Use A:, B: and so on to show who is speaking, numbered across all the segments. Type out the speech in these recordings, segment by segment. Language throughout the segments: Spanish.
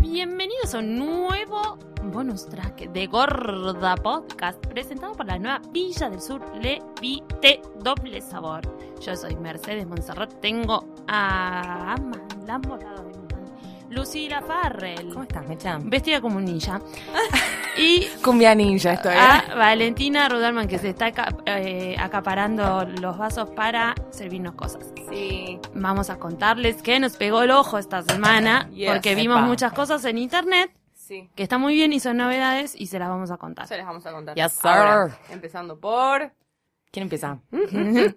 A: bienvenidos a un nuevo bonus track de Gorda Podcast presentado por la nueva Villa del Sur Levite Doble Sabor. Yo soy Mercedes Monserrat, tengo a Amanda Morado, Lucila
B: ¿Cómo
A: Farrell,
B: estás, Mecha?
A: vestida como un ninja, y
B: Cumbia ninja estoy.
A: a Valentina Rudalman que se está aca- eh, acaparando los vasos para servirnos cosas.
B: Sí.
A: Vamos a contarles que nos pegó el ojo esta semana
B: Yes.
A: porque vimos
B: Epa.
A: muchas cosas en internet
C: Sí,
A: que está muy bien y son novedades y se las vamos a contar.
C: eso les vamos a contar.
B: Ah. Yes, sir.
C: Ahora, empezando por...
B: ¿Quién empieza?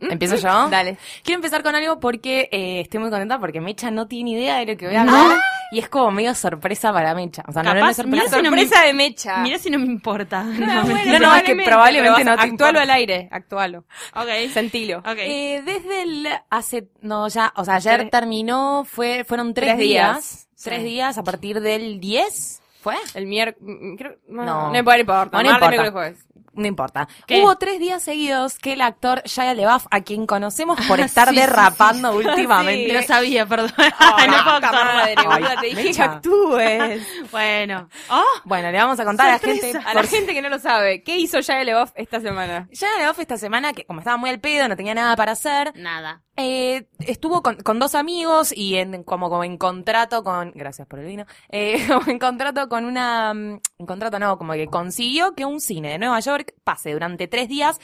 B: ¿Empiezo yo?
C: Dale.
B: Quiero empezar con algo porque eh, estoy muy contenta porque Mecha no tiene idea de lo que voy a hablar. Y es como medio sorpresa para Mecha. O sea, no, no
A: Capaz,
B: es
A: mira
B: sorpresa.
C: La
A: si no
C: sorpresa de Mecha.
A: Mira si no me importa. No,
C: Ah, bueno,
A: mentira.
B: no, es que probablemente
C: pero
B: no te
C: Actualo
B: importa.
C: al aire, actualo.
A: Ok.
C: Sentilo.
A: Ok.
B: Eh, desde el hace no ya o sea ayer
C: Tres-
B: terminó fue fueron tres,
C: Tres
B: días,
C: días.
B: tres
C: Sí.
B: días a partir del 10 fue
C: El miércoles... No,
B: mm, No.
C: no, importa, no
B: No, no
C: importa. Martes,
B: importa.
C: miércoles, jueves.
B: no importa
A: ¿Qué?
B: hubo tres días seguidos que el actor Shia LaBeouf a quien conocemos por estar
A: sí, sí,
B: derrapando últimamente
C: Sí.
A: Lo sabía, perdón.
C: Ay,
B: Ah,
A: no puedo
C: puta
A: actuar.
C: madre, boluda, te dije que
B: Mecha.
C: actúes.
A: Bueno. Oh,
B: Bueno, le vamos a contar a la gente.
C: A la gente que no lo sabe, ¿qué hizo Shia LaBeouf esta semana?
B: Ya la off esta semana, que como estaba muy al pedo, no tenía nada para hacer,
A: nada.
B: eh, estuvo con, con dos amigos y en, como, como en contrato con. Gracias por el vino. Eh, como en contrato con una. mm, En contrato no, como que consiguió que un cine de Nueva York pase durante tres días,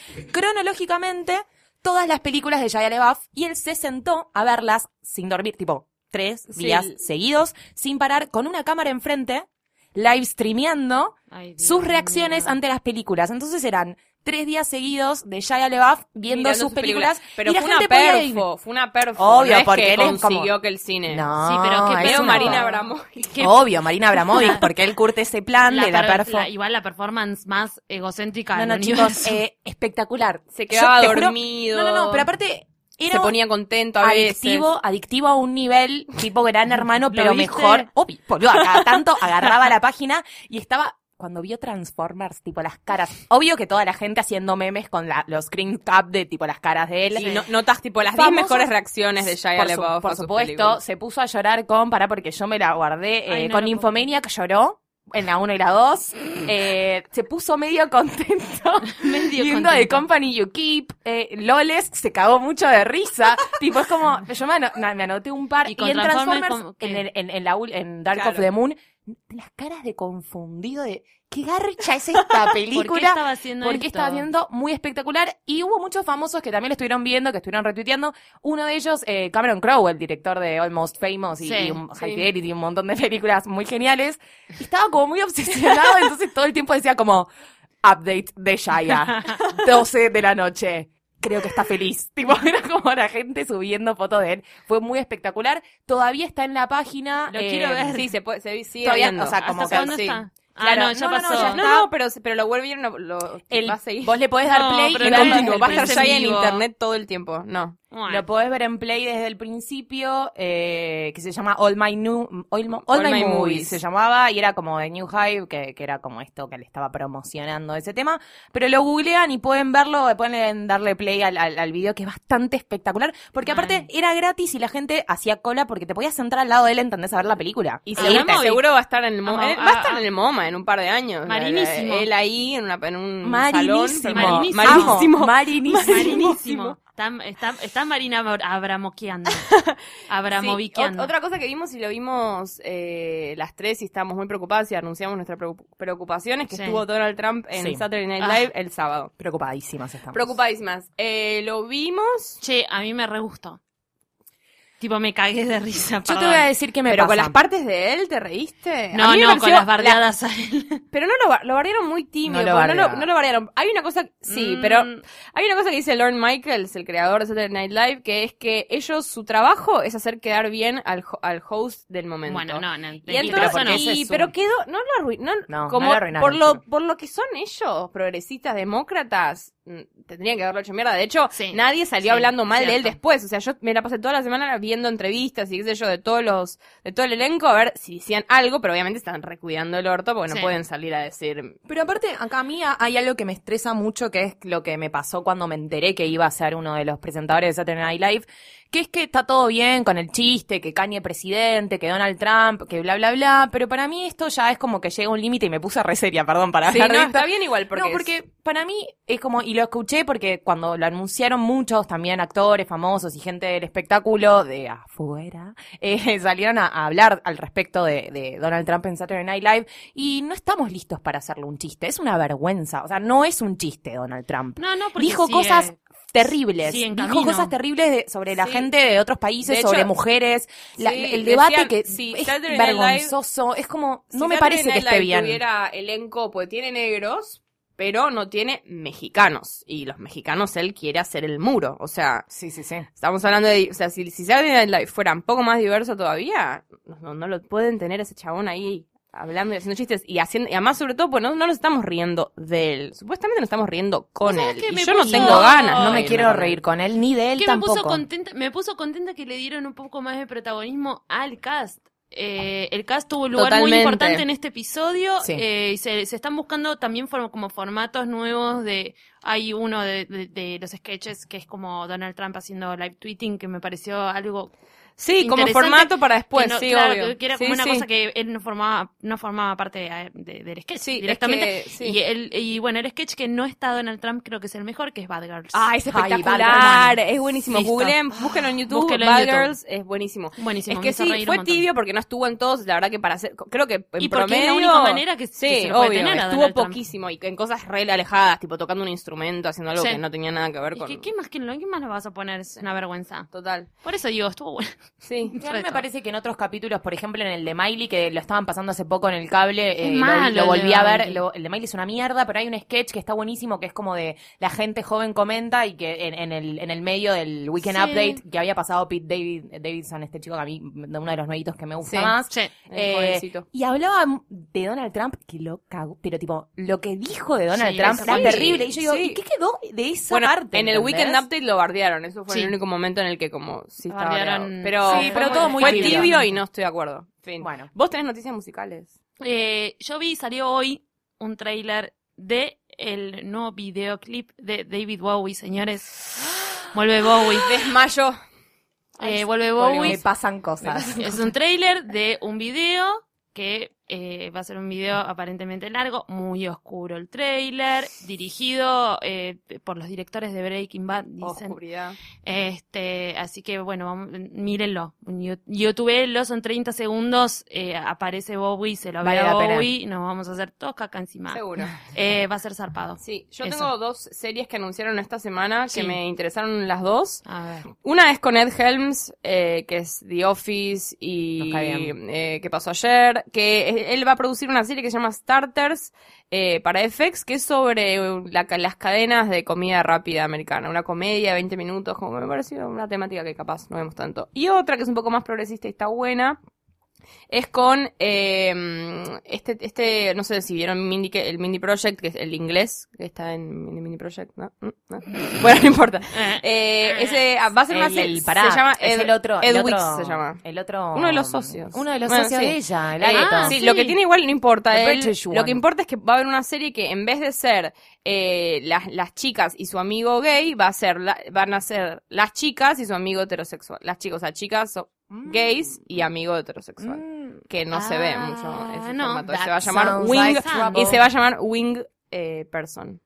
B: cronológicamente, todas las películas de Shia LaBeouf y él se sentó a verlas sin dormir, tipo tres
C: Sí.
B: días seguidos, sin parar, con una cámara enfrente, live streameando
A: Ay, Dios
B: sus reacciones
A: mío.
B: ante las películas. Entonces eran tres días seguidos de Shia LaBeouf viendo
C: Mirando
B: sus, películas.
C: Pero
B: y la
C: fue una
B: gente podía ir.
C: perfo, fue una perfo.
B: Obvio,
C: no es
B: porque
C: que
B: él es como-
C: consiguió que el cine.
B: No,
A: Sí, pero qué
B: es
C: Pero
A: pedo,
B: una-
C: Marina
A: no.
C: Abramovic.
A: Qué-
B: Obvio, Marina Abramovic, porque él curte ese plan de la
A: per-
B: perfo.
A: la- igual la performance más egocéntrica
B: No,
A: del
B: no, chicos,
A: universo.
B: eh, espectacular.
C: Se
B: Yo
C: quedaba
B: te juro-
C: dormido.
B: No, no, no, pero aparte era
C: se ponía contento a veces.
B: adictivo, adictivo a un nivel tipo gran hermano,
A: ¿Lo
B: pero
A: viste?
B: mejor. Obvio, boludo, cada tanto agarraba la página y estaba. Cuando vio Transformers, tipo las caras. Obvio que toda la gente haciendo memes con la- los screen cap de tipo las caras de él.
C: Y no- notas tipo las 10
B: Famosas-
C: mejores reacciones de Shia
B: por su-
C: LaBeouf.
B: Por
C: a sus
B: supuesto,
C: películas.
B: se puso a llorar con, pará, porque yo me la guardé, eh,
A: Ay, no
B: con
A: lo
B: Infomania, que lloró en la 1 y la 2. eh, se puso medio contento
A: Medio
B: viendo The
A: contento.
B: Company You Keep. eh, Loles se cagó mucho de risa. tipo, es como, yo me, ano- na- me anoté un par.
A: Y
B: Y,
A: con
B: en
A: Transformers,
B: Transformers,
A: como que-
B: en, el- en, en la ul- en Dark
C: Claro.
B: of the Moon, las caras de confundido de, ¿qué garcha es esta película?
A: ¿Por qué estaba haciendo
B: porque
A: esto?
B: estaba viendo muy espectacular y hubo muchos famosos que también lo estuvieron viendo, que estuvieron retuiteando. Uno de ellos, eh, Cameron Crowe, el director de Almost Famous y,
A: Sí,
B: y un-
C: sí.
B: High Fidelity y un montón de películas muy geniales. Y estaba como muy obsesionado, entonces todo el tiempo decía como, update de Shia, 12 de la noche. Creo que está feliz. Tipo, era como la gente subiendo fotos de él. Fue muy espectacular. Todavía está en la página. eh,
A: Lo quiero ver.
C: Sí, se puede, se vi- sigue
B: Todavía,
C: viendo.
B: o sea, como
A: ¿Hasta
B: que
A: cuándo
C: sí.
A: está?
B: Claro,
A: ah, no, ya
B: no, no, no,
A: pasó.
B: ya
C: No, no, pero, pero lo vuelven a... Lo,
B: El-
C: va a seguir.
B: vos le podés dar
A: No,
B: play
A: pero
B: y
C: No,
A: lo
B: verlo
A: ves
B: en
C: no,
A: en-
C: va a
A: ves en
C: estar Shia en
A: vivo.
C: internet todo el tiempo. No.
A: Bueno.
B: Lo podés ver en Play desde el principio, eh, que se llama All My New All, Mo- All
C: All
B: My,
C: My
B: Movies.
C: Movies.
B: se llamaba y era como de New Hype, que, que era como esto que le estaba promocionando ese tema. Pero lo googlean y pueden verlo, eh, pueden darle play al, al, al video que es bastante espectacular. Porque aparte era gratis y la gente hacía cola porque te podías sentar al lado de él, entendés, a ver la película.
C: Y
A: Ah,
C: seguro,
A: Abramovic.
C: seguro va a estar en el
A: Amo-
C: MoMA.
A: ah,
C: Va a estar
A: ah.
C: en el MoMA en un par de años.
A: Marinísimo.
C: Él ahí en, una, en un
B: Marinísimo.
C: salón.
A: Marinísimo.
B: Amo, marinísimo.
A: Marinísimo. Está, está, está Marina Abra- Abramoqueando.
C: Sí,
A: Abramoviqueando.
C: o- otra cosa que vimos y lo vimos eh, las tres y estábamos muy preocupadas y anunciamos nuestras preocu- preocupaciones que
A: Sí.
C: estuvo Donald Trump en
B: Sí.
C: Saturday Night
A: Ah.
C: Live el sábado.
B: Preocupadísimas estamos.
C: Preocupadísimas. Eh, lo vimos,
A: Che, a mí me re gustó. Tipo, me cagué de risa.
B: Yo te
A: perdón.
B: voy a decir que me
C: pero
B: pasa.
C: con las partes de él, ¿te reíste? A
A: No,
C: mí me
A: no,
C: pareció
A: con las
C: la-
A: bardeadas a él.
C: pero no lo, ba- lo bardearon muy tímido.
B: No lo
C: porque No lo,
B: bardearon.
C: no lo bardearon. Hay una cosa, sí,
A: Mm.
C: pero hay una cosa que dice Lorne Michaels, el creador de Saturday Night Live, que es que ellos, su trabajo es hacer quedar bien al, ho- al host del momento.
A: Bueno, no, no.
C: Y
A: entendí, pero
C: entonces,
B: porque
A: eso no.
B: ese
C: y-
B: es su-
C: pero quedó, no lo arruinaron,
B: No,
C: como
B: no lo arruinaron,
C: por lo,
B: chico.
C: por lo que son ellos, progresistas, demócratas, mm, tendrían que haberlo hecho mierda. De hecho,
A: Sí,
C: nadie salió
A: sí,
C: hablando mal de él
A: cierto.
C: después. O sea, yo me la pasé toda la semana viendo entrevistas y qué sé yo, de todos los, de todo el elenco, a ver si decían algo, pero obviamente están recuidando el orto porque
A: Sí.
C: no pueden salir a decir.
B: Pero aparte, acá a mí hay algo que me estresa mucho, que es lo que me pasó cuando me enteré que iba a ser uno de los presentadores de Saturday Night Live, que es que está todo bien con el chiste, que Kanye presidente, que Donald Trump, que bla, bla, bla, pero para mí esto ya es como que llega a un límite y me puse re seria, perdón, para
C: Sí,
B: hablar de
C: no,
B: esto.
C: está bien igual porque,
B: no, porque para mí es como, y lo escuché porque cuando lo anunciaron muchos también actores famosos y gente del espectáculo de afuera, eh, salieron a, a hablar al respecto de, de Donald Trump en Saturday Night Live y no estamos listos para hacerle un chiste, es una vergüenza, o sea, no es un chiste Donald Trump.
A: No, no, porque
B: Dijo
A: sí,
B: cosas
A: eh,
B: terribles,
A: sí, en
B: dijo
A: camino.
B: cosas terribles de- sobre la
C: Sí.
B: gente de otros países,
C: De hecho,
B: sobre mujeres, la-
C: sí,
B: el debate
C: decían,
B: que
C: si
B: es
C: Saturday Night Live-
B: vergonzoso, es como,
C: si
B: no me
C: Saturday
B: parece que
C: Night
B: esté
C: Live
B: bien.
C: tuviera elenco, pues tiene negros, pero no tiene mexicanos. Y los mexicanos él quiere hacer el muro. O sea,
B: Sí, sí, sí.
C: estamos hablando de. O sea, si, si Saturday Night Live fuera un poco más diverso todavía, no, no lo pueden tener ese chabón ahí hablando y haciendo chistes. Y, haciendo, y además, sobre todo, pues no, no nos estamos riendo de él. Supuestamente nos estamos riendo con
A: ¿Sabes
C: él.
A: qué?
C: Y
A: Me
C: yo no
A: puso-
C: tengo ganas.
B: No me
A: Ay,
B: quiero reír con él ni de él
A: Que me
B: tampoco.
A: puso, contenta, me puso contenta que le dieron un poco más de protagonismo al cast. Eh, el cast tuvo un lugar muy
C: Totalmente.
A: importante en este episodio
B: Sí.
A: eh, y se, se están buscando también form- como formatos nuevos de hay uno de, de- de los sketches que es como Donald Trump haciendo live tweeting que me pareció algo
C: Sí, como
A: Interesante
C: formato para después,
A: que no-
C: Pues sí,
A: claro,
C: obvio.
A: que era
C: Sí,
A: como una
C: sí.
A: cosa que él no formaba no formaba parte de- de- del sketch
C: Sí, es
A: directamente
C: que- sí.
A: y, él- y bueno el sketch que no está Donald Trump creo que es el mejor que es Bad Girls
C: Ah, es
B: Ay,
C: espectacular,
B: Valderrama.
C: es buenísimo.
A: Listo. Ah,
C: Googleen, búsquenlo en YouTube,
A: Búsquenlo en
C: Bad
A: YouTube.
C: Girls, es buenísimo.
A: buenísimo
C: Es
A: me
C: que
A: hizo reír
C: sí,
A: un
C: fue
A: montón.
C: tibio porque no estuvo en todos, la verdad que para hacer, creo que en
A: Y porque
C: promedio...
A: es la única manera que, que
C: Sí,
A: se lo puede
C: obvio,
A: tener a
C: estuvo
A: Donald Trump.
C: poquísimo y en cosas re alejadas, tipo tocando un instrumento, haciendo algo
A: Sí.
C: que no tenía nada que ver
A: Es
C: con...
A: que, ¿qué más, que lo, ¿qué más lo vas a poner? Es una vergüenza.
C: Total,
A: Por eso digo, estuvo bueno.
C: sí.
B: Y a mí me parece que en otros capítulos, por ejemplo, en el de Miley, que lo estaban pasando hace poco en el cable, eh,
A: Es
B: lo-
A: malo
B: lo,
A: el
B: volví
A: de
B: a ver.
A: Miley.
B: lo- el de Miley es una mierda, pero hay un sketch que está buenísimo, que es como de la gente joven comenta y que en, en el, en el medio del Weekend
A: Sí.
B: Update que había pasado Pete David, Davidson, este chico que a mí, de uno de los nuevitos que me gusta
C: Sí.
B: más.
A: Sí.
C: El
B: Eh,
C: jovencito.
B: y hablaba de Donald Trump, que lo cago, pero tipo, lo que dijo de Donald
A: Sí,
B: Trump
A: eso
B: era
A: fue-
B: terrible. Y yo digo,
C: sí.
B: ¿y qué quedó de esa
C: Bueno,
B: parte?
C: en el
B: ¿entendés?
C: Weekend Update lo bardearon, eso fue
A: Sí.
C: el único momento en el que como sí estaba
A: Bardearon-
C: bardeado. Pero,
B: Sí,
C: fue
B: pero todo muy
C: fue
B: tibio.
C: tibio y no estoy de acuerdo. Fin.
B: Bueno.
C: Vos tenés noticias musicales.
A: Eh, yo vi, salió hoy un tráiler de el nuevo videoclip de David Bowie, señores. Vuelve Bowie.
C: Desmayo.
A: Eh, vuelve
B: Me
A: Bowie.
B: pasan cosas.
A: Es un tráiler de un video que eh, va a ser un video aparentemente largo, muy oscuro el tráiler, dirigido eh, por los directores de Breaking Bad, dicen.
C: Oscuridad.
A: Este, así que bueno, vamos, mírenlo. Yo- Youtubeelo, son 30 segundos, eh, aparece Bowie, se lo ve
B: Vale
A: a
B: la pena.
A: Bowie, nos vamos a hacer todos caca encima.
C: Seguro.
A: Eh, va a ser zarpado.
C: Sí, yo
A: Eso.
C: tengo dos series que anunciaron esta semana
A: Sí.
C: que me interesaron las dos.
A: A ver.
C: Una es con Ed Helms, eh, que es The Office y
B: Nos cae bien.
C: eh, que pasó ayer, que eh, él va a producir una serie que se llama Starters eh, para FX, que es sobre eh, la ca- las cadenas de comida rápida americana, una comedia de 20 minutos, como me pareció una temática que capaz no vemos tanto. Y otra que es un poco más progresista y está buena. Es con eh, este, este, no sé si vieron Mindy, que- el Mindy Project, que es el inglés, que está en en Mindy Project, ¿no? ¿No? ¿No? Bueno, no importa.
A: Eh,
C: Eh, ese ah, va a ser una
B: el,
C: serie.
B: el- pará,
C: se llama
B: es
C: Ed-
B: el otro,
C: Ed
B: el otro-
C: Weeks se llama.
B: el otro
C: Uno de los socios.
B: uno de los
C: Bueno,
B: socios
C: sí.
B: de ella el
C: Eh,
B: Aeto.
C: sí,
A: Sí.
C: lo que tiene igual no importa.
B: The
C: él-
B: British
C: lo
B: one.
C: que importa es que va a haber una serie que en vez de ser eh, las, las chicas y su amigo gay, va a ser la- van a ser las chicas y su amigo heterosexual. Las chicas, o sea, chicas son
B: Mm.
C: gays y amigo heterosexual.
B: Mm.
C: Que no se ve
A: Ah,
C: mucho ese
A: no,
C: formato. Se
A: that
C: va a llamar
B: sounds
C: Wing
B: like
C: y
B: trouble.
C: se va a llamar Wing eh, Person.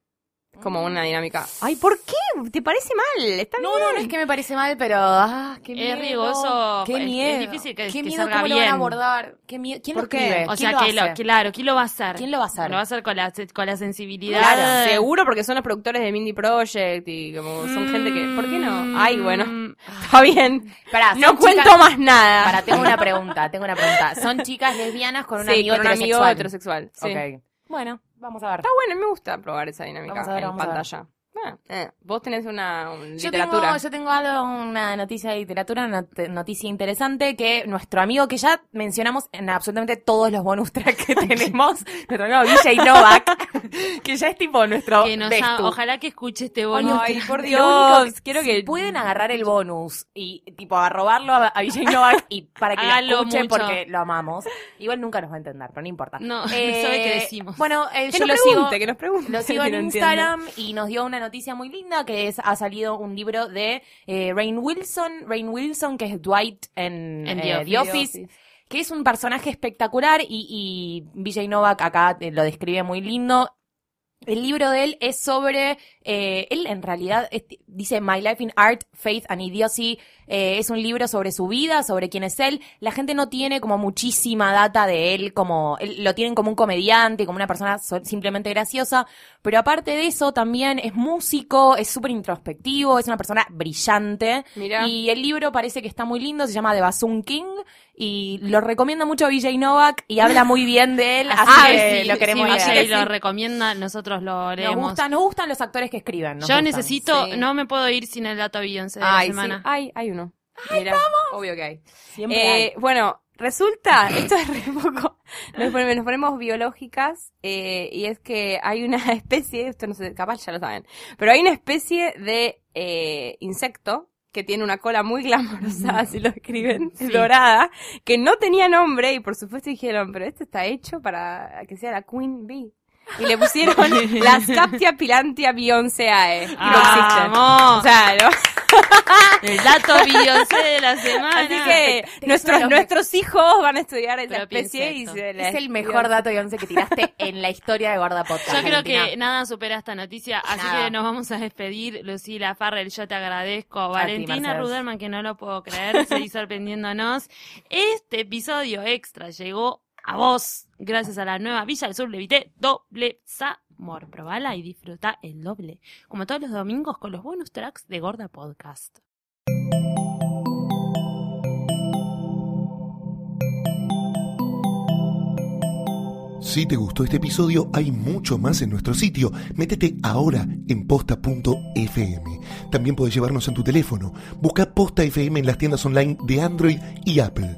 C: Como una dinámica. Ay, ¿por qué? ¿Te parece mal? Está
B: No, no, no es que me parece mal, pero ah, qué
A: Es
B: miedo.
A: riesgoso,
B: Qué
A: es- es
B: miedo.
A: difícil que-
B: qué
A: que
B: miedo
A: salga
B: cómo lo van
A: bien.
B: a abordar. Qué miedo. ¿Quién lo
C: ¿Por qué?
B: escribe?
A: o
B: ¿Quién
A: sea,
B: lo
A: que lo-
B: hace?
A: claro, ¿quién lo va a hacer?
B: ¿Quién lo va a hacer?
A: Lo va a hacer con la, con la sensibilidad.
B: Claro.
C: Seguro porque son los productores de Mindy Project y como son gente que... ¿Por qué no? Ay, bueno.
A: Mm,
C: Está bien.
B: Pará, son
C: No
B: chicas-
C: cuento más nada.
B: Pará, tengo una pregunta, tengo una pregunta. Son chicas lesbianas con un
C: sí,
B: amigo
C: con un amigo
B: heterosexual.
C: heterosexual. sí.
B: Ok. Bueno, vamos a ver.
C: Está bueno, me gusta probar esa dinámica
B: Vamos a ver,
C: en
B: vamos a ver.
C: pantalla. Ah, eh, Vos tenés una un-
B: Yo
C: literatura.
B: tengo, yo tengo algo, una noticia de literatura, una not- noticia interesante que nuestro amigo que ya mencionamos en absolutamente todos los bonus tracks que tenemos, nuestro amigo DJ Novak, que ya es tipo nuestro
A: que nos ha-
B: bestu.
A: ojalá que escuche este bonus.
C: Oh, Ay, por
B: Lo
C: Dios.
B: único que-
C: quiero
B: si
C: que...
B: pueden agarrar el bonus y tipo a robarlo a, a DJ Novak y para que
A: Háganlo
B: lo escuchen
A: mucho.
B: porque lo amamos. Igual nunca nos va a entender, pero no importa.
A: No,
B: Eh,
A: sabe qué decimos.
B: Bueno, eh,
C: Que
B: yo lo
C: nos
B: sigo,
C: pregunte, que nos pregunte.
B: lo sigo
C: que
B: en
C: no entiendo.
B: Instagram y nos dio una noticia muy linda que es ha salido un libro de eh, Rain Wilson, Rain Wilson que es Dwight en,
A: En
B: eh,
A: The
B: The,
A: Office.
B: Office que es un personaje espectacular y, y Vijay Novak acá eh, lo describe muy lindo. El libro de él es sobre, eh, él en realidad este, dice My Life in Art, Faith and Idiocy, eh, es un libro sobre su vida, sobre quién es él. La gente no tiene como muchísima data de él, como él- lo tienen como un comediante, como una persona so- simplemente graciosa, pero aparte de eso también es músico, es súper introspectivo, es una persona brillante.
C: Mirá.
B: Y el libro parece que está muy lindo, se llama The Bazoon King y lo recomienda mucho Vijay Novak y habla muy bien de él, así
A: Ah,
B: que
A: sí,
B: lo queremos
A: sí, Villa
B: leer.
A: y lo recomienda, nosotros lo
B: Nos
A: leemos.
B: gustan, nos gustan los actores que escriben. nos
A: Yo
B: gustan.
A: necesito,
C: sí.
A: no me puedo ir sin el dato Beyoncé de
C: Ay,
A: la semana.
C: sí. Ay, hay uno. Mirá, obvio que hay.
B: Siempre
C: Eh, Bueno, resulta, esto es re poco, nos ponemos, nos ponemos biológicas eh, y es que hay una especie, esto no sé, capaz ya lo saben, pero hay una especie de eh, insecto que tiene una cola muy glamorosa, así lo escriben,
A: Sí.
C: dorada, que no tenía nombre y por supuesto dijeron, pero esto está hecho para que sea la Queen Bee. Y le pusieron las Captia Pilantia Beyoncéae. que no existen.
A: Ah, ¡Vamos!
C: O sea, ¿no?
A: el dato Beyoncé de la semana.
C: Así que
B: Te- te
C: nuestros,
B: hizo los-
C: nuestros hijos van a estudiar esa
A: Propio
C: especie y
A: insecto.
C: se les-
B: es el mejor dato de once que tiraste en la historia de Guarda Podcast.
A: Yo creo que
B: Valentina.
A: nada supera esta noticia, así
B: Nada.
A: que nos vamos a despedir. Lucila Farrell, yo te agradezco.
B: ti,
A: Valentina
B: Mercedes.
A: Ruderman, que no lo puedo creer, seguí sorprendiéndonos. Este episodio extra llegó a vos gracias a la nueva Villa del Sur Levité Doble Samor. Probala y disfruta el doble, como todos los domingos con los bonus tracks de Gorda Podcast.
D: Si te gustó este episodio, hay mucho más en nuestro sitio. Métete ahora en posta.fm. También puedes llevarnos en tu teléfono. Busca Posta FM en las tiendas online de Android y Apple.